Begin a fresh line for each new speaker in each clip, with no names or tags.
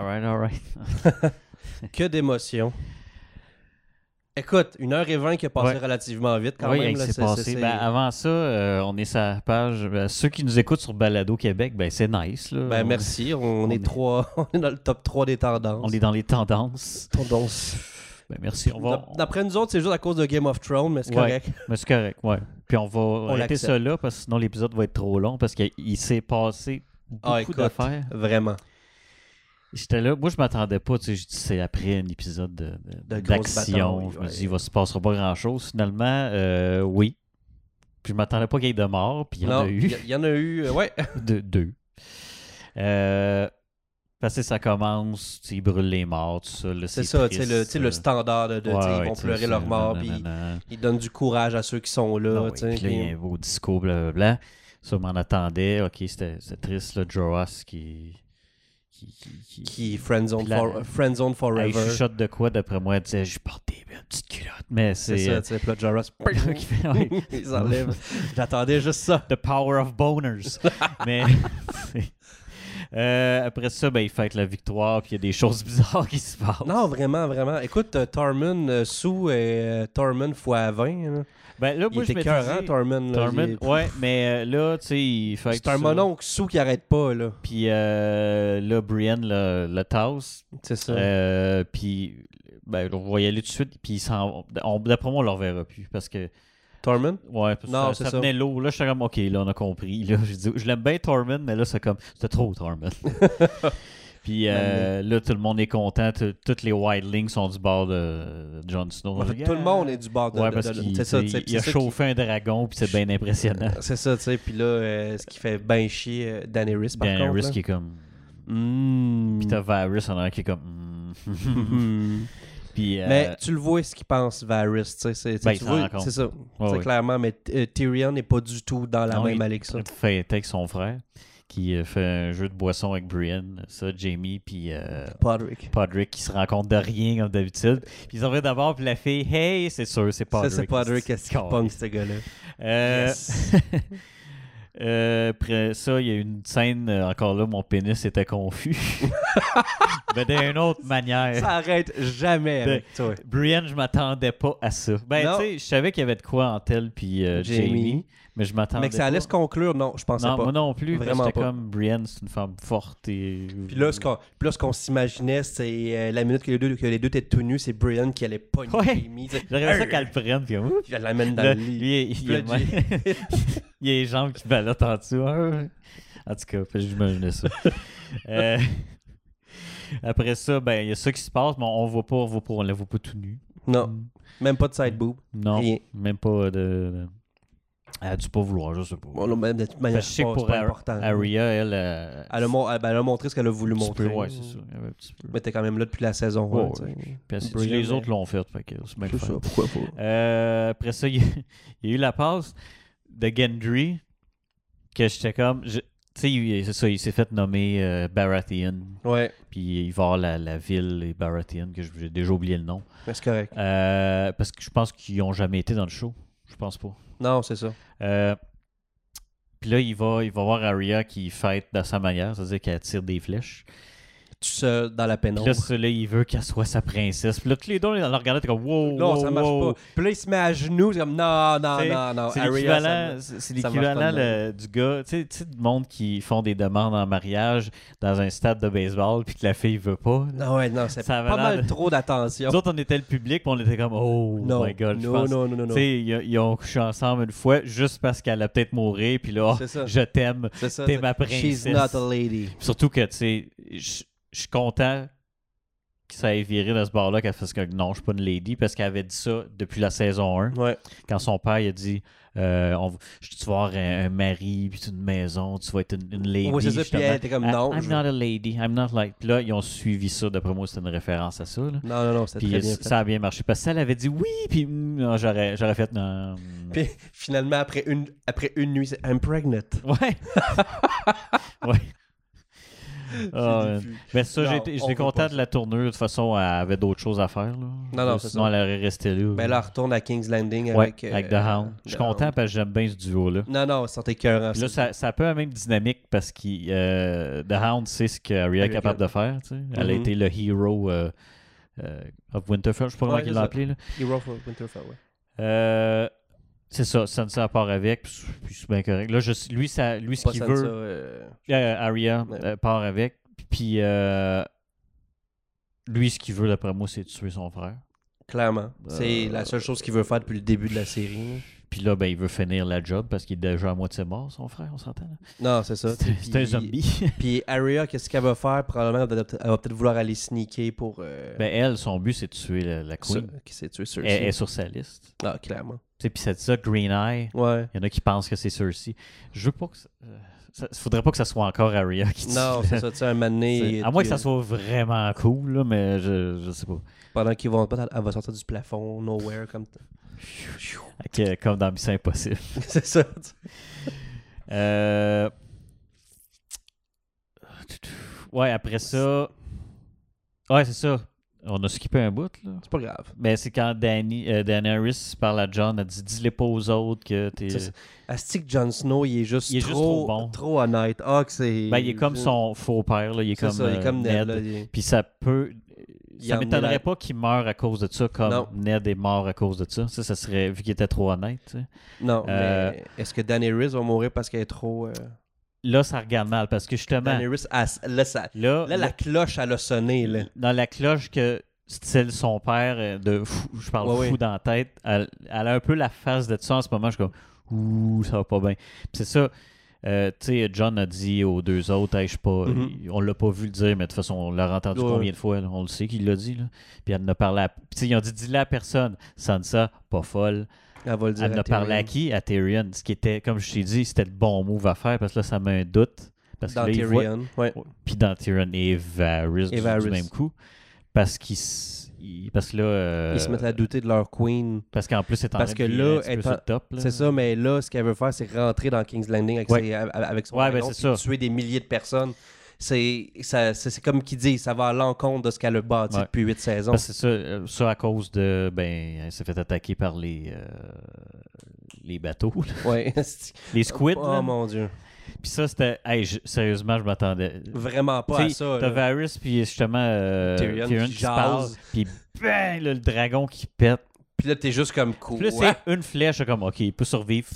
right, all right.
Que d'émotion. Écoute, une heure et vingt qui a passé
Ouais.
relativement vite quand
oui,
même.
hey,
là,
c'est
c'est- c'est-
passé.
c'est-
Ben, avant ça, euh, on est sur la page. ben, ceux qui nous écoutent sur Balado Québec, ben, c'est nice. Là.
Ben,
On-
merci, on,
on
est
est-
trois, on est dans le top 3 des tendances.
On est dans les tendances.
tendances.
Ben, merci. On va,
D'ap- D'après nous autres, c'est juste à cause de Game of Thrones, mais c'est
Ouais.
correct.
Mais c'est correct, ouais. Puis on va arrêter
l'accepte.
ça là parce que sinon l'épisode va être trop long parce qu'il s'est passé
Ah,
beaucoup
écoute,
d'affaires.
Vraiment.
J'étais là, moi je m'attendais pas, tu sais, j'ai dit, c'est après un épisode de- de-
De grosses
d'action.
batailles,
je me
ouais.
dis, il va se passera pas grand chose. Finalement, euh, oui. Puis je m'attendais pas qu'il y ait de morts, puis il y en
Non,
a eu
Il y, y en a eu, euh, ouais.
de, deux. Euh, parce que ça commence, tu sais, ils brûlent les morts, tout ça. là,
C'est
c'est
ça, tu sais, le,
triste,
tu sais, le
euh,
standard de, de, tu sais,
ouais,
ils
ouais,
vont
tu sais,
pleurer
c'est
leur mort, puis
nanana.
ils donnent du courage à ceux qui sont là.
Ah oui,
tu sais,
puis là,
puis-
il y a un beau discours, blablabla. Ça, on m'en attendait. OK, c'était c'était triste, le Joas qui... qui, qui, qui-
qui friendzone,
Puis la-
for, friendzone
Hey,
forever.
je chuchote de quoi, d'après moi. Elle disait, je porte des belles petites culottes. Mais
c'est
c'est...
ça, tu sais, puis là, Jorah,
euh, qui fait, oui,
ils enlèvent. J'attendais juste ça.
The power of boners. mais... c'est- Euh, après ça, ben, il fête la victoire, puis il y a des choses bizarres qui se passent.
Non, vraiment, vraiment. Écoute, euh, Tormund euh, sous et euh, Tormund fois 20. là.
Ben, là,
Il
moi, je
était
m'étais
cœur,
dit-
Tormund. là,
Tormund,
il est-
ouais, mais euh, là, tu sais, il fête
C'est un
ça.
mononcle sous qui arrête pas, là.
Puis euh, là, Brian le, le tasse,
C'est ça.
Euh, puis, ben, on va y aller tout de suite. Puis, ils s'en- on- d'après moi, on ne le reverra plus. Parce que,
Tormund?
ouais, parce que
Non,
ça,
c'est ça.
ça venait l'eau. Là, je suis comme, OK, là, on a compris. Là, je dis- je l'aime bien, Tormund, mais là, c'est comme, c'était trop, Tormund. puis, euh, là, tout le monde est content. Tout- Toutes les Wildlings sont du bord de Jon Snow.
En fait, tout le monde est du bord de...
Ouais,
de-
parce
de-
qu'il
c'est ça, tu sais,
il-
puis
il a
c'est ça
chauffé un dragon, puis c'est bien impressionnant.
qui- C'est ça, tu sais, puis là, euh, ce qui fait ben chier euh, Daenerys, par
Ben,
contre.
Daenerys
là.
qui est comme.
Mm.
Puis t'as Varys en arrière qui est comme. hmm.
Mhm.
puis, euh,
Mais tu le vois ce qu'il pense, Varys, tu sais, c'est
Ben,
c'est-
il
tu
s'en
vois,
rend compte.
c'est ça,
ouais,
c'est
ouais.
clairement, mais euh, Tyrion n'est pas du tout dans la
Non,
même
il-
avec ça.
Il fait avec son frère qui euh, fait un jeu de boisson avec Brian, ça, Jamie, puis euh,
Podrick.
Podrick qui se rencontrent de rien comme d'habitude. Puis ils ont fait d'abord, puis la fille, hey, c'est sûr, c'est
Ça,
Podrick.
c'est Podrick, qu'est-ce qu'il
Calme.
punk, ce gars-là.
Euh,
Yes.
euh, après ça, il y a une scène, euh, encore là, mon pénis était confus. Mais d'une autre manière.
Ça arrête jamais
De-
avec toi.
Brian, je m'attendais pas à ça. Ben,
Non.
tu sais, je savais qu'il y avait de quoi en tel, puis euh, Jamie.
Jamie.
mais je m'attendais
Mais que ça allait
pas.
se conclure, non, je pensais
Non,
pas.
moi non plus. parce que
Vraiment
J'étais
pas.
comme Brienne, c'est une femme forte et.
Puis là, ce qu'on, puis là, ce qu'on s'imaginait, c'est euh, la minute que les deux, que les deux étaient tout nus, c'est Brian qui allait pogner
Ouais.
Jamie. tu sais.
J'aurais ça
Arr!
qu'elle le prenne, puis ouh,
Puis elle l'amène dans
là,
le lit.
lui, il, il,
Puis
est
là,
même- il a les jambes qui ballottent en dessous. hein. En tout cas, fait, j'imaginais ça. Euh, Après ça, ben, il y a ça qui se passe, mais on ne voit pas, on voit pas, on la voit pas tout nu.
Non, même pas de side boob.
Non,
Rien.
même pas de. de- Elle a dû pas vouloir, je sais pas.
Bon, là, ben, de toute manière,
Parce que je sais
c'est
que
pas, c'est
pour
pas
Ar-
important.
Aria, elle. euh,
Elle a, mon- elle- ben, elle a montré ce qu'elle a voulu
un petit peu,
montrer.
ouais, c'est ça. elle avait un petit peu.
Mais t'es quand même là depuis la saison.
Ouais,
hein, tu sais.
Puis elle-
Brienne,
les
elle-
autres l'ont fait, fait que c'est bien le
C'est
fun.
ça, pourquoi pas.
Euh, après ça, il y, a, il y a eu la passe de Gendry que j'étais comme. je- tu sais, il- c'est ça, il s'est fait nommer euh, Baratheon.
Ouais,
Puis il va voir la, la ville, les Baratheon, que j'ai déjà oublié le nom.
mais c'est correct.
Euh, parce que je pense qu'ils ont jamais été dans le show. Je pense pas.
Non, c'est ça.
Euh, puis là, il va, il va voir Arya qui fête de sa manière, c'est-à-dire qu'elle tire des flèches.
Tu seul dans la
Puis
pénombre.
là, celui-là, il veut qu'elle soit sa princesse. Puis là, tous les deux, on la regardait, t'es comme wow,
Non,
wow,
ça marche
wow.
pas. Puis là, il se met à genoux. C'est comme non, non,
C'est-
non, non.
C'est
Arya, ça
l'équivalent,
me-
c'est- c'est
ça marche pas de
l'équivalent le- du gars, tu sais, tu sais, du monde qui font des demandes en mariage dans un stade de baseball puis que la fille veut pas.
Non, Ah ouais, non, c'est
Ça
pas
avait l'air
mal
de-
trop d'attention.
Nous autres, on était le public puis on était comme, oh
Non,
my god, je
non,
pense.
non, non, non,
Tu
non.
sais, ils, ils ont couché ensemble une fois juste parce qu'elle a peut-être mouru puis là,
C'est ça.
je t'aime.
C'est ça.
T'es
c'est-
ma
She's
princesse.
not a lady.
Surtout que, tu sais, je je suis content que ça ait viré dans ce bar-là qu'elle fasse que non, je suis pas une lady parce qu'elle avait dit ça depuis la saison 1.
Ouais.
quand son père il a dit euh, on, va- je- tu vas avoir un, un mari puis une maison tu vas être une, une lady
Oui, c'est ça, puis
justement.
elle était comme,
Ah,
non,
I'm
je-
not a lady I'm not like puis là ils ont suivi ça d'après moi c'est une référence à ça là.
Non, non, non, c'était
puis
très
euh,
bien fait.
ça a bien marché parce que si elle avait dit oui puis mm, non, j'aurais j'aurais fait non
Puis finalement, après
Ah
une, après une nuit, c'est I'm pregnant.
ouais ouais Ah,
J'ai
ouais.
dit plus.
Mais ça,
Non,
j'ai-
on
j'étais
veut
content
pas
de la tournure. De toute façon, elle avait d'autres choses à faire. Là.
Non, non, c'est
Sinon,
ça.
elle aurait resté là.
Ben là, elle retourne à King's Landing
Ouais,
avec,
avec,
euh,
The Hound. Je suis
The Hound.
content parce que j'aime bien ce duo-là.
Non, non, ils sont écœurants.
Puis Là, ça, ça a un peu la même dynamique parce que euh, The Hound sait ce qu'Aria est
Arya
capable de faire. tu sais. Elle a
Mhm.
été le hero euh, euh, of Winterfell, je sais pas comment
Ouais,
il
c'est
l'a
ça.
appelé. là.
Hero for Winterfell, ouais.
Euh, c'est ça, Sansa part avec, puis c'est- puis c'est bien correct. Là, je, lui, ça, lui ce
Pas
qu'il
Sansa,
veut,
euh,
euh, Arya
Ouais.
euh, part avec, puis euh, lui, ce qu'il veut, d'après moi, c'est tuer son frère.
clairement. C'est
Euh,
la seule chose qu'il veut faire depuis le début de la série.
Puis là, ben, il veut finir la job parce qu'il est déjà à moitié mort, son frère, on s'entend. là.
Non, c'est ça.
C'est c'est un
Puis-
zombie.
Puis Arya, qu'est-ce qu'elle va faire? Probablement, elle va peut-être- elle va peut-être vouloir aller sneaker pour... euh,
ben, elle, son but, c'est de tuer la, la
Ceux-
queen.
qui s'est tué
Elle,
Cersei.
elle est sur sa liste.
Ah, clairement.
Tu sais, Puis ça dit ça, Green Eye.
Ouais.
Il y en a qui pensent que c'est Cersei. Je veux pas que. ça- euh, ça- faudrait pas que ça soit encore Arya qui dit
Non, c'est ça, euh, tu sais, un mané.
À moins que ça soit vraiment cool, là, mais je, je sais pas.
Pendant qu'ils vont battre, elle va sortir du plafond, nowhere, comme.
Que- euh, comme dans Mission Impossible.
c'est ça. tu sais.
Euh, Ouais, après ça. Ouais, c'est ça. On a skippé un bout, là.
C'est pas grave.
Mais c'est quand Danny, euh, Daenerys parle à John, elle dit Dis-les pas aux autres que t'es.
C'est ça. Asti que Jon Snow, il est juste,
euh, Il est
trop,
juste trop bon.
trop honnête. Ah, que c'est.
Ben, il est comme son faux père, là. Il est
C'est
comme,
ça, il est
euh,
comme
Ned.
Ned. là, il est-
Puis ça peut.
Il
Ça
en est
m'étonnerait
là-
pas qu'il meure à cause de ça, comme
Non.
Ned est mort à cause de ça. Ça, ça serait. Vu qu'il était trop honnête. tu sais.
Non,
Euh,
mais est-ce que Daenerys va mourir parce qu'elle est trop. euh,
Là, ça regarde mal parce que justement.
Daenerys, elle- là, ça-
Là,
là, la cloche, elle a sonné. Là.
dans la cloche que style son père euh, de fou, je parle
Ouais,
fou
ouais.
dans la tête, elle, elle a un peu la face de ça en ce moment. Je suis comme Ouh, ça va pas bien. Puis c'est ça. euh, tu sais, John a dit aux deux autres, Hey, je suis pas,
Mhm.
on l'a pas vu le dire, mais de toute façon, on l'a entendu
Ouais.
combien de fois, là? on le sait qu'il l'a dit. Là. Puis elle en a parlé à. Puis tu sais, ils ont dit, dis-le à personne. Sansa, pas folle.
Elle va le dire.
Elle en a
Tyrion.
parlé à qui À Tyrion. Ce qui était, comme je t'ai dit, c'était le bon move à faire parce que là, ça met un doute. Parce que
Dans
là, il voit-
Tyrion. Ouais.
Puis dans Tyrion et Varys, du-
Et
Du,
Varys.
même coup. Parce qu'il s- il- parce que là. euh,
Ils se mettent à douter de leur queen.
Parce qu'en plus, étant
Parce
donné
que
qu'il
là,
est un petit peu
étant-
sur le top. là.
C'est ça, mais là, ce qu'elle veut faire, c'est rentrer dans King's Landing avec,
Ouais.
ses- a- a- avec son
Ouais, ben,
dragon,
c'est
puis
ça.
tuer des milliers de personnes. C'est ça- c'est- c'est comme qui dit, ça va à l'encontre de ce qu'elle a bâti
Ouais.
depuis huit saisons.
Parce que c'est ça, euh, ça à cause de. Ben, elle s'est fait attaquer par les. euh, les bateaux, là.
Ouais.
les squids.
oh
là.
mon dieu.
Puis ça, c'était. Hey, je- sérieusement, je m'attendais.
Vraiment pas
T'sais,
à ça.
T'as
là.
Varys, puis justement euh, Tyrion,
Tyrion
qui,
qui
se parle,
jase.
puis bang, là, le dragon qui pète.
Puis là, t'es juste comme cool.
Puis là, c'est une flèche, comme, OK, il peut survivre.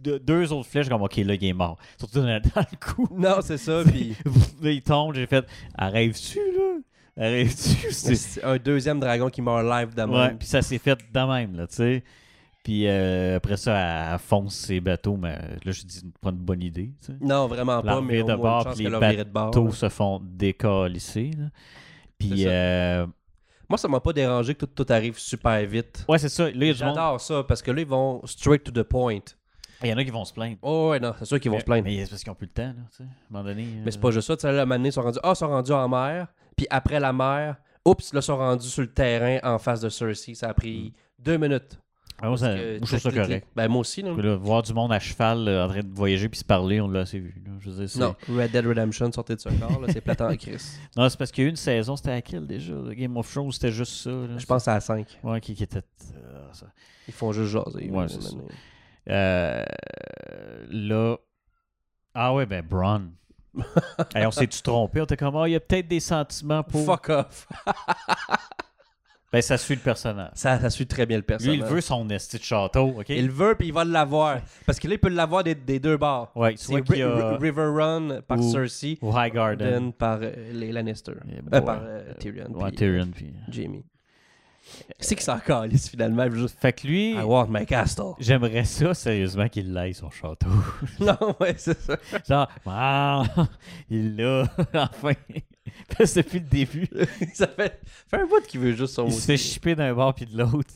Deux- Deux autres flèches, comme, OK, là, il est mort. Surtout dans, dans le coup.
Non, c'est ça. Puis
Là, il tombe, j'ai fait, arrive-tu, là? Arrive-tu? C'est-
c'est un deuxième dragon qui meurt live de
Ouais,
même.
puis ça s'est fait de même, là, tu sais. Puis euh, après ça, elle, elle fonce ses bateaux, mais là, je dis, pas une bonne idée, tu sais.
Non, vraiment
La
pas, mais
revirer
au
de
moins,
bord,
une chance
puis
qu'elle
les
a viré de bord.
Les bateaux se font décalisser, là. Puis,
C'est ça.
euh,
Moi, ça m'a pas dérangé que tout, tout arrive super vite.
ouais, c'est ça. Là, il y a du monde-
J'adore ça, parce que là, ils vont straight to the point.
il y en a qui vont se plaindre.
Oh ouais, non, c'est sûr qu'ils vont se plaindre.
Mais euh, c'est parce qu'ils n'ont plus le temps, là, tu sais. À un moment donné.
Mais c'est pas juste ça, tu sais, là, à un moment donné, ils sont rendus, ah, ils sont rendus en mer, puis après la mer, oups, là, ils sont rendus sur le terrain en face de Cersei. Ça a pris deux minutes.
Ah, moi, ça-
Parce
moi, je
que,
trouve ça
techniquement-
correct.
Ben, moi aussi, non.
Puis là, voir du monde à cheval là, en train de voyager puis se parler, on l'a assez vu. là. Je veux dire, c'est-
Non, Red Dead Redemption, sortez de ce corps, là, c'est plate en Chris.
Non, c'est parce qu'il y a eu une saison, c'était à quelle déjà le Game of Thrones, c'était juste ça. là.
Je pense à la 5.
Ouais, qui, qui était. ah, ça.
Ils font juste jaser.
Ouais,
à un
c'est
moment donné.
Euh, là. Ah ouais, ben Bron. Hey, on s'est-tu trompé? On était comme, ah, il y a peut-être des sentiments pour.
Fuck off.
Ben, ça suit le personnage.
Ça, ça suit très bien le
Lui,
personnage.
il veut son esti de château, OK?
Il le veut, puis il va l'avoir. Parce que là, il peut l'avoir des, des deux bords.
Ouais, tu
C'est
vois qu'il y
Ri-
a.
Ri- River Run par
Ou-
Cersei,
Ou High Garden.
Garden par euh, les Lannister.
Yeah,
Euh,
boy.
par euh, Tyrion.
Ouais,
puis-
Tyrion, Euh, puis-
Jamie. C'est qui s'en calisse finalement? Il veut juste
Fait que lui,
I want my castle.
j'aimerais ça sérieusement qu'il l'aille son château.
non, ouais, c'est ça.
Genre, ah, il l'a, enfin. Parce que depuis le début,
ça fait, fait un bout qu'il veut juste son
il se fait chipper d'un bord puis de l'autre.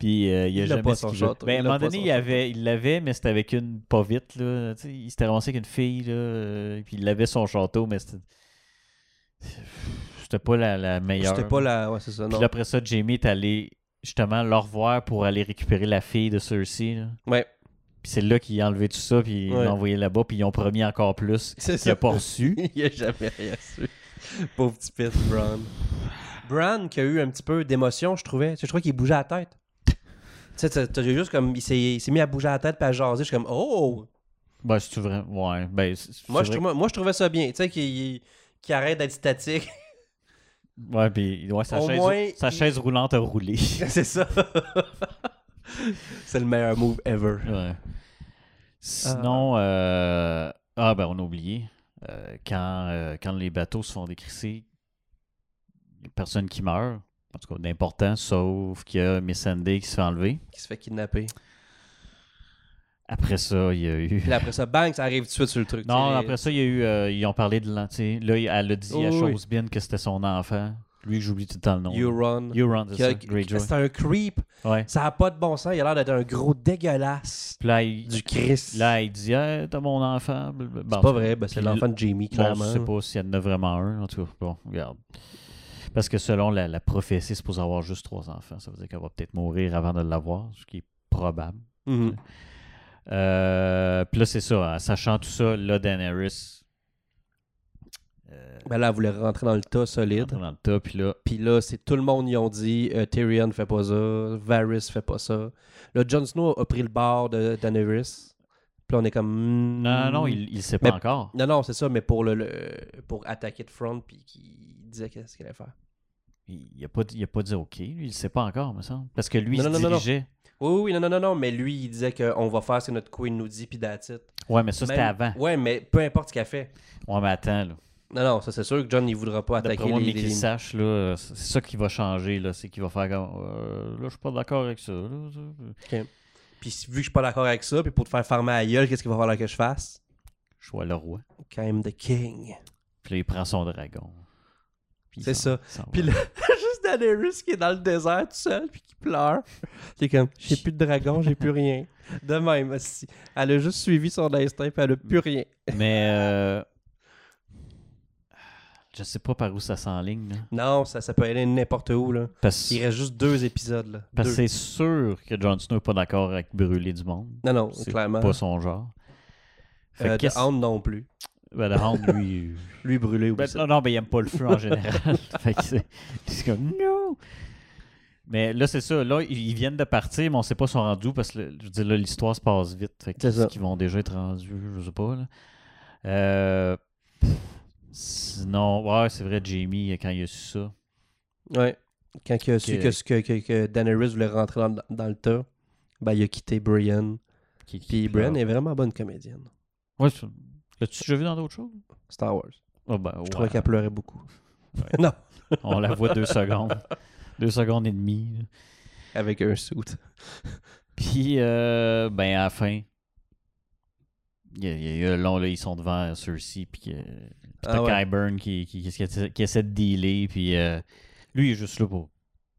Puis euh, il a
Il l'a
jamais
pas,
ce
son
qu'il veut.
château,
Ben, à
il
un
l'a
moment
pas,
donné,
son
il avait- il l'avait, mais c'était avec une pas vite. Là. Tu sais, Il s'était ramassé avec une fille, là, euh, puis il avait son château, mais c'était. C'était pas la, la meilleure.
C'était pas la. Ouais, c'est ça, non.
Puis là, après ça, Jamie est allé justement le revoir pour aller récupérer la fille de Cersei. là.
Ouais.
Puis c'est là qu'il a enlevé tout ça, puis il
Ouais.
l'a envoyé là-bas, puis ils ont promis encore plus.
C'est
Il
ça.
a pas reçu.
il a jamais rien su. Pauvre petit Pete Brown. Brown qui a eu un petit peu d'émotion, je trouvais. Tu sais, Je trouvais qu'il bougeait la tête. Tu sais, t'as- t'as juste comme. Il s'est il s'est mis à bouger la tête puis à jaser. Je suis comme, oh!
Ben, c'est vraiment. Ouais. Ben, c'est- c'est
Moi je,
vrai
trouvais, moi, je trouvais ça bien. Tu sais, qu'il qu'il arrête d'être statique.
que- Ouais, puis ouais, sa,
Au
chaise,
moins,
sa
il-
chaise roulante a roulé.
C'est ça. C'est le meilleur move ever.
Ouais. Sinon, euh, ah ben on a oublié, Euh, quand, euh, quand les bateaux se font décrisser, il y a personne qui meurt, en tout cas d'important, sauf qu'il y a Miss Sandy qui se fait enlever.
Qui se fait kidnapper.
Après ça, il y a eu...
Puis là, après ça, bang, ça arrive tout de suite sur le truc.
Non,
tu sais.
après ça, il y a eu... euh, ils ont parlé de l'an- tu sais, Là, il- elle a dit à
Oui, oui.
Chosebin que c'était son enfant. Lui, j'oublie tout le temps le nom.
Euron.
Euron, c'est
Qui a-
ça, Greyjoy.
C'est un creep.
Ouais.
Ça a pas de bon sens. Il a l'air d'être un gros dégueulasse.
Puis là, il,
Du Christ.
là, il dit Hey, t'as mon enfant. blablabla. Bon,
c'est pas vrai, ben, c'est
puis
l'enfant de Jamie,
Bon, je
clairement.
sais pas s'il y en a vraiment un. En tout cas, bon, regarde. Parce que selon la, la prophétie, c'est supposé avoir juste trois enfants. Ça veut dire qu'elle va peut-être mourir avant de l'avoir, ce qui est probable.
Mhm.
Euh, Puis là, c'est ça. En sachant tout ça, là, Daenerys euh,
Ben là, elle voulait rentrer dans le tas
rentre
solide.
dans le tas. Puis là,
Puis là, c'est tout le monde y ont dit euh, Tyrion fait pas ça, Varys fait pas ça. Là, Jon Snow a pris le bord de Daenerys. Puis là, on est comme. hmm.
non, non, il ne sait pas
Mais-
encore.
Non, non, c'est ça, mais pour, le, le- pour attaquer de front, puis qui disait qu'est-ce qu'il allait faire.
Il n'a pas, il a pas dit OK. Lui, il ne sait pas encore, me semble. Parce que lui,
Non,
il
non,
se
non, non.
dirigeait.
Oui, oui, non, non, non, non, mais lui, il disait qu'on va faire ce que notre queen nous dit, puis that's it.
Ouais, mais ça, c'était
Même-
avant.
Ouais, mais peu importe ce qu'elle fait.
Ouais, mais attends, là.
Non, non, ça c'est sûr que John, il voudra pas attaquer
D'après moi,
les,
mais qu'il
les-
sache, là, c'est ça qui va changer, là, c'est qu'il va faire comme, euh, là, je suis pas d'accord avec ça. là, ça.
Puis si- vu que je suis pas d'accord avec ça, puis pour te faire farmer à la gueule, qu'est-ce qu'il va falloir que je fasse?
Je vois le roi.
Quand même the king.
Puis là, il prend son dragon. Puis il
C'est
s'en-
ça.
il s'en va.
Puis là, juste Daenerys qui est dans le désert tout seul, puis qui pleure. C'est comme, j'ai plus de dragon, j'ai plus rien. De même, aussi. elle a juste suivi son instinct, puis elle a plus rien.
Mais euh, je sais pas par où ça s'enligne. là.
Non, ça, ça peut aller n'importe où, là.
Parce,
Il reste juste deux épisodes, là.
parce
Deux.
que c'est sûr que Jon Snow est pas d'accord avec brûler du monde.
Non, non,
C'est
clairement.
Pas son genre. Fait
Euh,
que qu'est-ce-
The Hound non plus.
ben, le Hound, lui. euh,
Lui brûlé, ou
Ben, non, non, mais il aime pas le feu en général. fait que c'est c'est comme non. Mais là, c'est ça. Là, ils ils viennent de partir, mais on sait pas son rendu parce que le- je veux dire, là, l'histoire se passe vite. Fait que
C'est ça.
ce qu'ils vont déjà être rendus, je sais pas. là. Euh, sinon, ouais, c'est vrai, Jamie, quand il a su ça.
Ouais. Quand il a su
Que-
que, que, que, que Daenerys voulait rentrer dans, dans le tas, ben, il a quitté Brian.
Qui, qui
Puis Brian
pleure.
est vraiment bonne comédienne.
Ouais, c'est- L'as-tu déjà vu dans d'autres choses?
Star Wars.
Ah ben,
Je
ouais.
trouvais qu'elle pleurait beaucoup. non.
On la voit deux secondes. Deux secondes et demie. là.
Avec un suit.
Puis, euh, ben, à la fin, il y a, il y a eu un long, là, ils sont devant Cersei, puis que- puis
Ah
t'as
ouais.
Qyburn qui, qui, qui essa- qui essaie de dealer, puis euh, lui, il est juste là pour,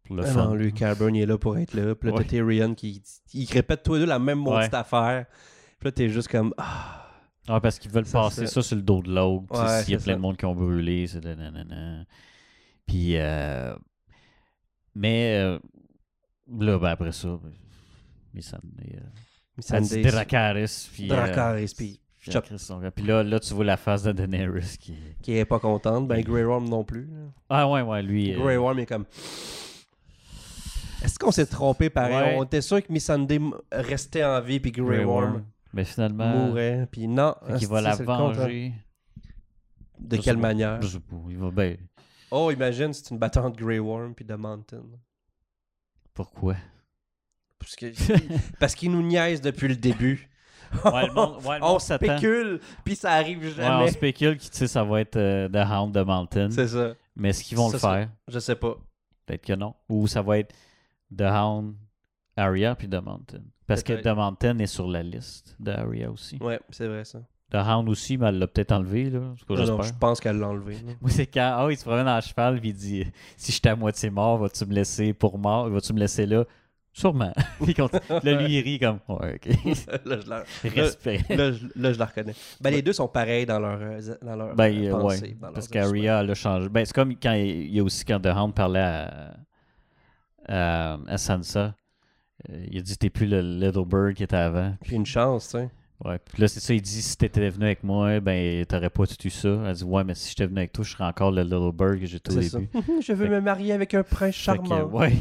pour le
Ah
fun.
non, lui, Carburn, il est là pour être là. Puis là, t'as
Ouais.
Tyrion qui il répète tous les deux la même maudite
Ouais.
affaire. Puis là, t'es juste comme. Ah.
Ah, parce qu'ils veulent
Ça,
passer
c'est-
ça sur le dos de l'autre, puis
Ouais,
s'il y a
c'est
plein
ça.
de monde qui ont brûlé, c'est de nanana. Puis, euh, mais euh, là, ben, après ça, mais ça
mais
ça dit
Sunday,
Dracarys, puis... euh,
Dracarys, puis
puis
chop.
Chris son gars. Puis là, là, tu vois la face de Daenerys qui est...
Qui est pas contente. Ben, Grey Worm non plus. là.
Ah ouais, ouais, lui. euh,
Grey Worm est comme. Est-ce qu'on s'est trompé pareil?
Ouais.
On était sûr que Missandei m- restait en vie, puis Grey,
Grey
Worm,
Worm. Mais finalement,
mourait. Puis non,
il
asti,
va la
c'est le contraire.
venger.
De
Je
quelle
sais pas.
manière?
Je sais pas. Il va ben.
Oh, imagine, c'est une battante Grey Worm puis de Mountain.
Pourquoi?
Parce que- parce qu'ils nous niaisent depuis le début.
Ouais, le monde- ouais, le
on
monde s'attend.
spécule, puis ça arrive
Ouais, on
jamais.
spécule que tu sais, ça va être euh, The Hound de Mountain.
c'est ça.
Mais est-ce qu'ils vont
Ça
le faire?
Je sais pas.
Peut-être que non. Ou ça va être The Hound, Arya, puis The Mountain. Parce que
Peut-être.
The Mountain est sur la liste de Arya aussi.
Ouais, c'est vrai ça.
The Hound aussi, mais elle l'a peut-être enlevé, là. En tout cas,
Non, non,
j'espère.
je pense qu'elle l'a enlevé. là.
Moi, c'est quand ah, il se promène en cheval puis il dit Si j'étais à moitié mort, vas-tu me laisser pour mort Vas-tu me laisser là Sûrement. Puis il continue. là, lui, il rit comme Ouais, ok.
là, je la...
Respect.
là, je- là, je la reconnais. Ben, les deux sont pareils dans leur, euh, dans leur
ben,
euh,
euh,
pensée,
ouais.
dans leur
Parce
esprit.
qu'Aria, elle a changé. Ben, c'est comme quand il il y a aussi quand The Hound parlait à, à, à Sansa. Euh, il a dit t'es plus le little bird qui était avant.
J'ai une chance, tu sais.
Ouais. Puis là, c'est ça, il dit si t'étais venu avec moi, ben t'aurais pas tout eu ça. Elle dit ouais, mais si j'étais venu avec toi, je serais encore le little bird que j'étais au
C'est
début.
ça. Je veux
Fait-
me marier avec un prince
Fait que,
charmant.
ouais.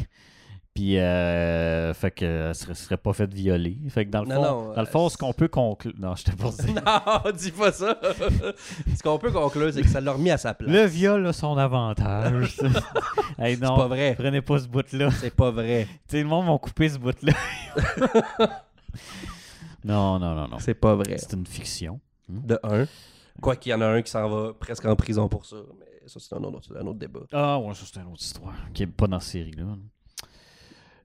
Puis, euh, fait que, elle serait, serait pas faite violer. Fait que, dans le
Non,
fond,
non,
dans le
euh,
fond ce qu'on peut conclure. Non, je t'ai pas dit.
Non, dis pas ça. Ce qu'on peut conclure, c'est que ça l'a remis à sa place.
Le viol a son avantage. ça. hey,
C'est
non,
pas vrai.
prenez pas ce bout-là.
C'est pas vrai.
Tu sais, le monde m'a coupé ce bout-là. non, non, non, non.
C'est pas vrai.
C'est une fiction.
De un. Quoi qu'il y en a un qui s'en va presque en prison pour ça. Mais ça, c'est un autre, un autre débat.
Ah, ouais, ça, c'est une autre histoire. Qui est pas dans cette série-là.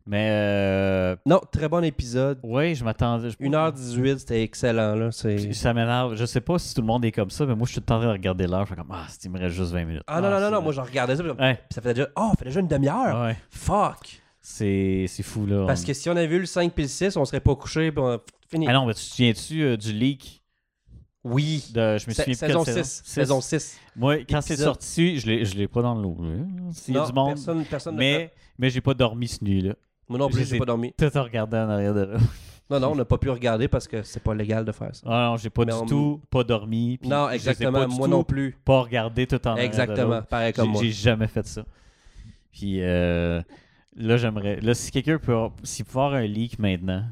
Mais, euh,
Non, très bon épisode.
ouais, je m'attendais. je-
1h18, c'était excellent. Là. C'est...
Puis ça m'énerve. Je sais pas si tout le monde est comme ça, mais moi, je suis tout le temps en train de regarder l'heure. Je fais comme, ah, c'est- il me reste juste 20 minutes.
Ah non, non, non, non, moi,
je.
j'en regardais ça. puis
Ouais,
Ça faisait déjà, oh, ça fait déjà une demi-heure.
ouais.
Fuck.
C'est c'est fou, là.
Parce
On-
que si on avait vu le 5 puis le 6, on serait pas couché. puis on- Fini.
Ah non, mais tu te souviens-tu euh, du leak
Oui.
de. Je me souviens
Sa-
plus
saison,
quelle
6.
Six.
Saison 6.
Moi, quand c'est
Épisode.
sorti, je l'ai- je l'ai pas dans le lot. là. S'il y a
Non,
du monde.
Personne, personne ne fait.
Mais, mais j'ai pas dormi ce nuit-là.
Moi non plus,
j'ai-
j'ai pas dormi.
Tout en regardant en arrière de là.
Non, non, on n'a pas pu regarder parce que c'est pas légal de faire ça.
Ah non, j'ai pas
Mais
du
on-
tout pas dormi. puis je les ai
non,
pas
exactement.
du
Moi
tout Ah,
non plus.
Pas regardé tout en arrière de l'autre.
Exactement. Pareil comme
J'ai-
moi.
J'ai jamais fait ça. Puis euh, là, j'aimerais. Là, si quelqu'un peut. S'il peut faire un leak maintenant.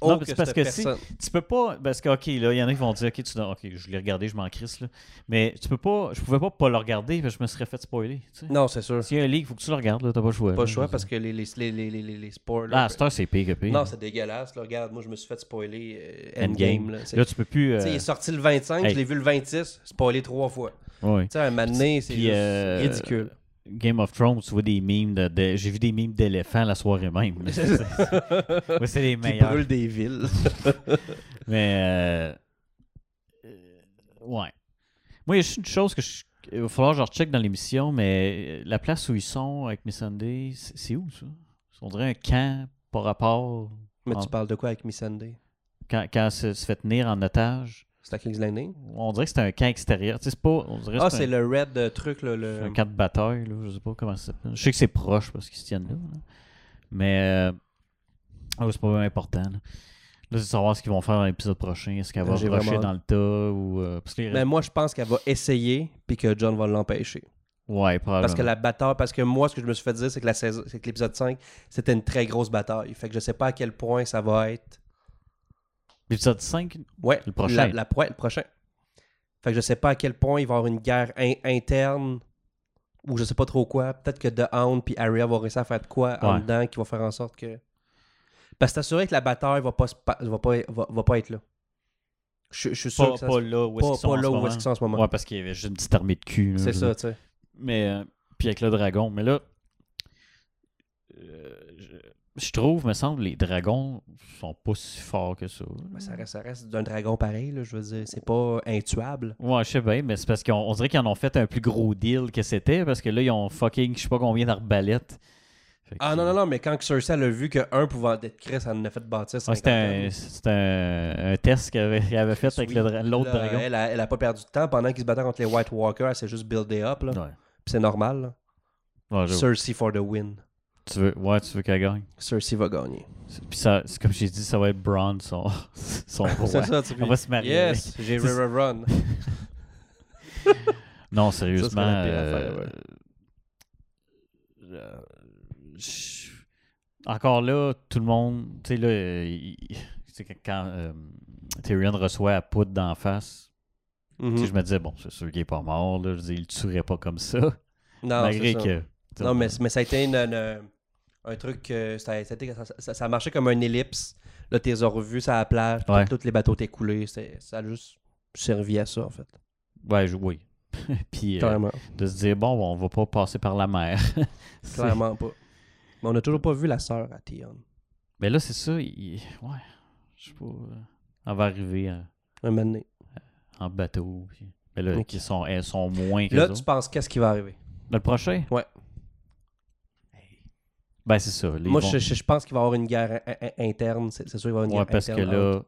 Oh,
non, mais c'est parce
cette
que si-
personne-
Tu peux pas. Parce que, OK, là, il y en a qui vont dire, OK, tu, ok je l'ai regardé, je m'en crisse, là. Mais tu peux pas. Je pouvais pas pas le regarder, parce que je me serais fait spoiler. tu sais.
Non, c'est sûr.
S'il y a un leak, faut que tu le regardes, là. T'as pas le choix.
Pas
là.
le choix parce que les, les, les, les, les, les- les spoilers.
Ah, Star, c'est pire que pire.
non, c'est dégueulasse. là. Regarde, moi, je me suis fait spoiler euh,
Endgame.
Endgame. là. C'est-
Là, tu peux plus.
Tu sais, il est sorti le 25,
Euh, Hey.
je l'ai vu le 26, spoilé trois fois.
oui.
Tu sais, un moment donné, c'est
Puis,
juste
euh,
ridicule.
Game of Thrones, tu vois des mimes. De, de- J'ai vu des mimes d'éléphants la soirée même. là. C'est- c'est- Ouais, c'est les
Qui
meilleurs.
brûle des villes.
Mais. euh, euh, ouais. Moi, il y a juste une chose que je. Il va falloir que je recheck dans l'émission, mais euh, la place où ils sont avec Miss Sunday, c'est c'est où ça On dirait un camp par rapport.
Mais
Ah.
tu parles de quoi avec Miss Sunday
Quand, quand se, se fait tenir en otage,
C'est la King's Landing
on dirait que c'est un camp extérieur. Tu sais, c'est pas. On dirait que
Ah,
c'est
c'est
un,
le red euh, truc, là, le.
c'est un camp de bataille, là, je sais pas comment ça s'appelle. Je sais que c'est proche parce qu'ils se tiennent là. là. Mais. euh, ah, c'est pas vraiment important. Là, Là, c'est de savoir ce qu'ils vont faire dans l'épisode prochain. Est-ce qu'elle va
J'ai
rusher
vraiment- Ben,
dans le tas ou. euh, parce qu'il reste-
Mais moi, je pense qu'elle va essayer, puis que John va l'empêcher.
Ouais, probablement.
Parce que la bataille, parce que moi, ce que je me suis fait dire, c'est que la saison- c'est que l'épisode 5, c'était une très grosse bataille. Fait que je sais pas à quel point ça va être.
L'épisode 5,
Ouais,
Le prochain.
La, la- ouais, le prochain. Fait que je sais pas à quel point il va y avoir une guerre in- interne ou je sais pas trop quoi. Peut-être que The Hound puis Arya vont réussir à faire de quoi en
Ouais.
dedans qui va faire en sorte que. Parce que c'est assuré que la bataille va pas, se pa- va pas, va, va pas être là. Je, je suis sûr
pas,
que ça-
pas là où est-ce
pas,
qu'ils sont
pas
en
là
ce
où
moment.
est-ce qu'ils sont en ce moment.
Ouais, parce qu'il y avait juste une petite armée de cul. là,
c'est
je-
ça, tu sais.
Mais, euh, puis avec le dragon. Mais là, euh, je, je trouve, me semble, les dragons sont pas si forts que ça.
Mais Ben, Ça reste, ça reste d'un dragon pareil, là, je veux dire. C'est pas intuable.
Ouais, je sais bien, mais c'est parce qu'on on dirait qu'ils en ont fait un plus gros deal que c'était, parce que là, ils ont fucking, je sais pas combien d'arbalètes. Fait que-
Ah non, non, non, mais quand Cersei elle a vu que un pouvait être Chris, elle en a fait bâtir.
Ouais, c'était
50
un, c'était un- un test qu'ils avaient, qu'ils avaient fait avec
Oui.
le dra- l'autre
Là,
dragon.
Elle a, elle a pas perdu de temps. Pendant qu'ils se battaient contre les White Walkers, elle s'est juste buildée up. Là.
Ouais.
Puis c'est normal. là.
Ouais, je-
Cersei for the win.
tu veux, ouais, tu veux qu'elle gagne.
Cersei va gagner.
C'est- Puis ça, c'est comme j'ai dit, ça va être Braun, son, son roi.
C'est ça, tu
On va se marier. avec.
Yes, j'ai
C'est-
run.
Non,
Ça, c'est
sérieusement.
la pire
euh,
affaire, ouais.
euh, je- Encore là, tout le monde, tu sais, là, euh, il- tu sais, que quand euh, Tyrion reçoit la poudre d'en face,
Mhm.
tu
Mm.
sais, je me disais, bon, c'est sûr qu'il est pas mort, là, je dis, il le tuerait pas comme ça.
Non,
malgré
c'est ça.
que. tu
Non,
sais,
mais, mais ça a été une- une- un truc que ça, a- ça a été- ça- ça- ça a marché comme un ellipse. Là, t'es revu ça à la plage.
Ouais.
Tous les bateaux t'es coulés. C'est- Ça a juste servi à ça, en fait.
Ouais, je- oui. Puis euh,
Clairement.
de se dire, bon, on va pas passer par la mer. C'est-
Clairement pas. Mais on n'a toujours pas vu la sœur à Tion.
Mais là, c'est ça. il- Ouais. Je sais pas. euh, Elle va arriver en,
Un moment donné.
en bateau. puis- Mais là,
Ok.
qui sont, elles sont moins que
Là,
les
tu
autres.
penses qu'est-ce qui va arriver?
Le prochain?
Ouais.
Ben, c'est ça. les
Moi,
vont-
je, je- je pense qu'il va y avoir une guerre in- in- interne. C'est c'est sûr qu'il va y avoir une
Ouais,
guerre
parce que
interne.
là.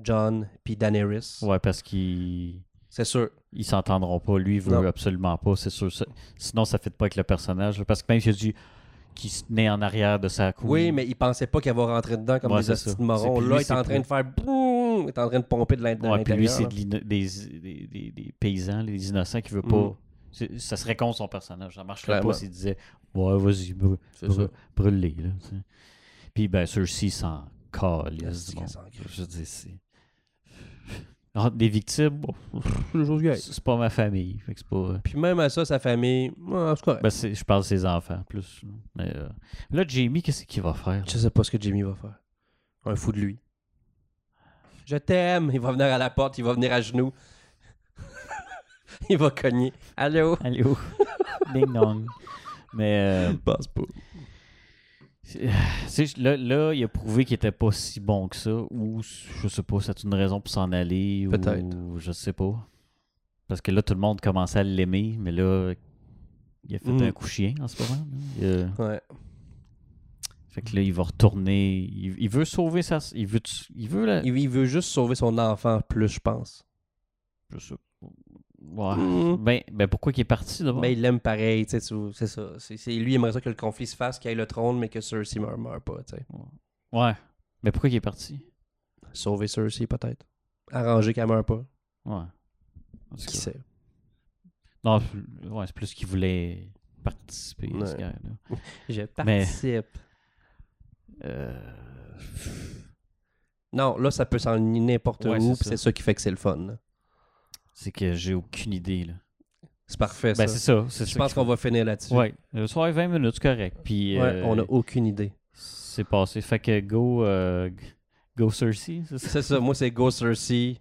John puis Daenerys.
Ouais, parce qu'ils.
C'est sûr.
Ils s'entendront pas. Lui, il veut
Non.
absolument pas, c'est sûr. ça- Sinon, ça ne fit pas avec le personnage. là, Parce que même s'il a dit qui se tenait en arrière de sa couille.
Oui, mais il pensait pas qu'elle va rentrer dedans comme
Ouais,
des
c'est ça.
hosties de morons.
C'est- puis
Là,
lui,
il est en
c'est
train de faire boum, il est en train de pomper de l'in- de
Ouais, puis
l'intérieur.
lui, c'est
là.
de l'ino- des, des, des- des paysans, les innocents qui veut pas.
Mm.
c'est- Ça serait contre son personnage. Ça marcherait
Clairement.
pas s'il disait Ouais, vas-y, brûle-
C'est
brûle-
ça.
brûle-les. là, tu sais. Puis, ben, ceux-ci s'en calissent.
Est-ce
du
qu'elle
monde.
s'en crisse?
Je veux dire, c'est. Ah, Des victimes, bon, c'est c'est pas ma famille. Fait que c'est pas.
Puis euh, même à ça, sa famille, ouais, c'est correct.
Ben, c'est- je parle de ses enfants plus. là. Mais, euh, là, Jamie, qu'est-ce qu'il va faire? là?
Je sais pas ce que Jimmy va faire. Un fou de lui. Je t'aime. Il va venir à la porte, il va venir à genoux. il va cogner. Allô?
Allô? Ding dong. Mais. euh,
Passe pas.
C'est- c'est- là, là, il a prouvé qu'il était pas si bon que ça, ou je sais pas, c'est une raison pour s'en aller, ou
Peut-être.
je sais pas. Parce que là, tout le monde commençait à l'aimer, mais là, il a fait
Mm.
un coup chien en ce moment. là. Il a-
Ouais.
Fait que là, il va retourner, il, il veut sauver sa... Il veut... tu- Il veut la...
Il, il veut juste sauver son enfant plus, je pense.
Je sais pas. Ouais.
Mm.
Ben, ben, pourquoi qu'il est parti d'abord?
Mais il l'aime pareil, tu sais, tu- c'est ça. C'est, c'est- lui, il aimerait ça que le conflit se fasse, qu'il ait le trône, mais que Cersei meurt, meurt pas, tu sais.
Ouais. Mais pourquoi qu'il est parti?
Sauver Cersei, peut-être. Arranger qu'elle meurt pas.
Ouais. En tout
Qui
cas.
sait?
Non, je- ouais, c'est plus qu'il voulait participer à
Ouais.
ce guerre-là.
Je
Mais-
participe.
Euh,
Non, là, ça peut s'enligner n'importe
Ouais,
où,
c'est
puis
ça.
c'est ça qui fait que c'est le fun. là.
C'est que j'ai aucune idée. Là.
C'est parfait,
Ben, c'est
ça.
ça. c'est
Je
ça
pense
qu'il
qu'on
faut.
va finir là-dessus.
Ouais, le soir 20 minutes, c'est correct. Puis
Ouais,
euh,
on n'a aucune idée.
c'est passé. Fait que go, euh, g- go Cersei, c'est ça?
C'est ça, moi, c'est Go Cersei,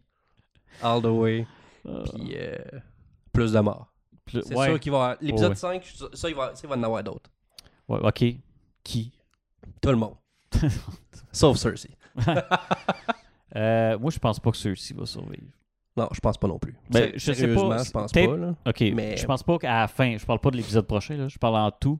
all the way,
Euh,
puis euh, plus de morts.
puis-
C'est
ouais,
sûr qu'il va y avoir- L'épisode
Ouais, ouais.
5, je suis sûr- ça, il va, ça, il va en avoir d'autres.
ouais, ok. Qui?
Tout le monde. Sauf Cersei.
Euh, moi, je pense pas que Cersei va survivre.
Non, je pense pas non plus.
Ben,
Sé-
je sais pas,
Sérieusement, je
c'est-
pense
peut-être-
pas. Là.
Ok,
Mais-
je pense pas qu'à la fin, je parle pas de l'épisode prochain, là, je parle en tout.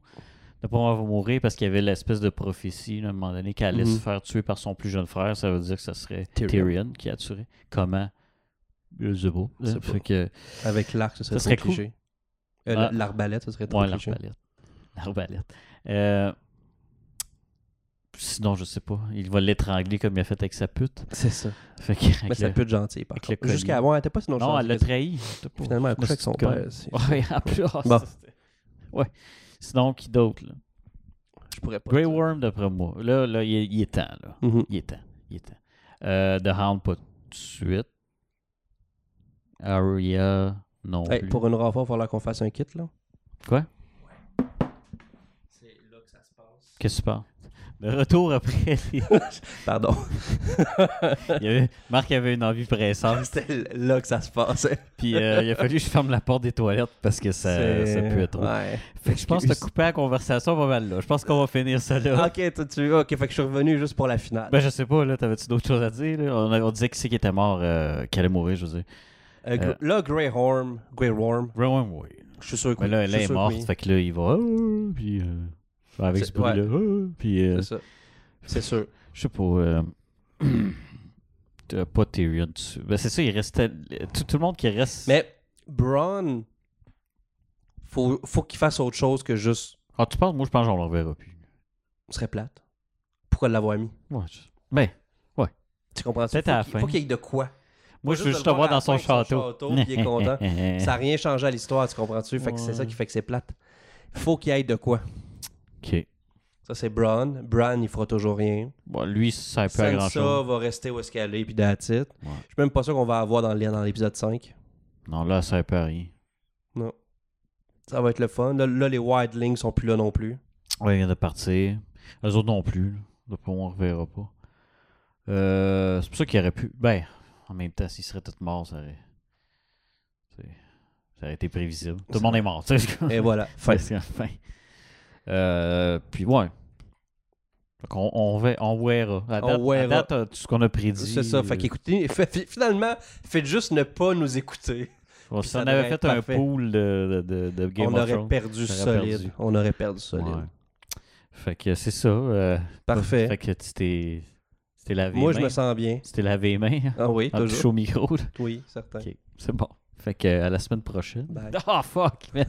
De pas va mourir parce qu'il y avait l'espèce de prophétie là, à un moment donné qu'elle allait
Mhm.
se faire tuer par son plus jeune frère. Ça veut dire que ça serait
Tyrion.
Tyrion, qui a tué. Comment Je sais pas.
Je sais pas.
Fait que,
Avec l'arc, ce serait,
Ça serait
trop
cool.
cliché. Euh,
Ah.
L'arbalète, ce serait trop
Ouais,
cliché.
l'arbalète. L'arbalète. Euh, Sinon, je sais pas. Il va l'étrangler comme il a fait avec sa pute.
C'est ça.
Fait que, avec
Mais ça
le-
peut être gentil, par
avec le
contre. Jusqu'à
collier.
avant, elle était pas si
Non, elle
nonchalante
l'a
que ça.
trahi. Je sais pas.
Finalement, elle couche avec
C'est
son
con.
père. c'est-
Ouais, en plus. ah,
Bon.
ça, c'était- ouais. Sinon, qui d'autre? là?
Je pourrais pas.
Grey
dire.
Worm, d'après moi. Là, là, il est- il est temps. Là.
Mhm.
Il est temps. Il est temps. Euh, The Hound, pas tout de suite. Aria, non.
Hey,
plus.
pour une renfort, il va falloir qu'on fasse un kit, là.
Quoi?
C'est là que ça se passe.
Qu'est-ce que tu penses? Le retour après. les-
Pardon.
Il y avait- Marc avait une envie pressante.
C'était là que ça se passait.
Puis euh, il a fallu que je ferme la porte des toilettes parce que ça, ça puait trop.
Ouais.
Fait que je pense que couper la conversation pas mal là. Je pense qu'on va finir ça là.
Ok, toi, tu... ok, fait que je suis revenu juste pour la finale.
Ben je sais pas, là, t'avais-tu d'autres choses à dire? là? On, a- on disait qui c'est qui était mort, euh, qui allait mourir, je veux dire.
Euh, gr-
euh,
Là, Grey Worm, Grey Worm,
Rowan oui.
je suis sûr que
Mais
oui.
Ben, là,
Je
elle
suis
est
sûr que
morte,
oui.
fait que là, il va... Ah, puis euh, avec ce
C'est-
bruit-là, ah, puis euh,
C'est ça. C'est sûr.
je sais pas... euh, t'as pas Tyrion dessus. Ben c'est ça, il restait... Tout, tout le monde qui reste...
Mais Braun, faut, faut qu'il fasse autre chose que juste.
Ah, tu penses? Moi, je pense qu'on le reverra plus.
On serait plate. Pourquoi l'avoir mis
Ouais, je- Ben,
Tu comprends
Peut-être
faut
à la
qu'il-
fin.
Faut qu'il y ait de quoi.
moi, je
juste
veux
le
juste te voir
voir à la
dans
fin
son
avec son
château.
château, puis il est content. Ça n'a rien changé à l'histoire, tu comprends-tu? Fait que c'est
Ouais.
ça qui fait que c'est plate. Faut qu'il y ait de quoi.
OK.
Ça, c'est Braun. Braun, il fera toujours rien.
Bon, lui, ça sert plus à grand
Sansa
chose.
va rester où est-ce qu'elle est, puis that's it.
Ouais.
Je suis même pas sûr qu'on va avoir dans, le- dans l'épisode 5.
Non, là, ça sert plus à rien.
Ça va être le fun. Là, là, les Wildlings sont plus là non plus.
Ouais, il vient de partir. Eux autres non plus. là. D'après moi, on ne reverra pas. Euh, c'est pour ça qu'il aurait pu. Ben, en même temps, s'ils seraient tous morts, ça aurait. c'est- Ça aurait été prévisible. Tout le monde est mort, tu sais.
Et voilà. Fin.
Fin. Fin. Euh, puis, ouais. Fait qu'on- on, ve- on verra. À
On
date, à
verra.
date, euh, tout ce qu'on a prédit.
C'est ça. Fait
euh,
qu'écoutez, fait- fi- finalement, faites juste ne pas nous écouter.
on-
puis
Si
ça
on
devrait
avait euh, fait
être
un
parfait.
pool de, de, de- de Game
on
of
aurait
Thrones.
perdu
J'aurais
solide.
perdu.
On aurait perdu solide.
Ouais. Fait que c'est ça. euh,
Parfait.
Fait que tu t'es tu t'es lavé
Moi,
les
je me
mains.
sens bien.
Tu t'es lavé les mains. hein,
Ah oui,
En touchant
toujours.
au micro. là.
Oui, certain.
Ok, c'est Ah, bon. Fait que euh, à la semaine prochaine.
Bye.
Oh fuck, man.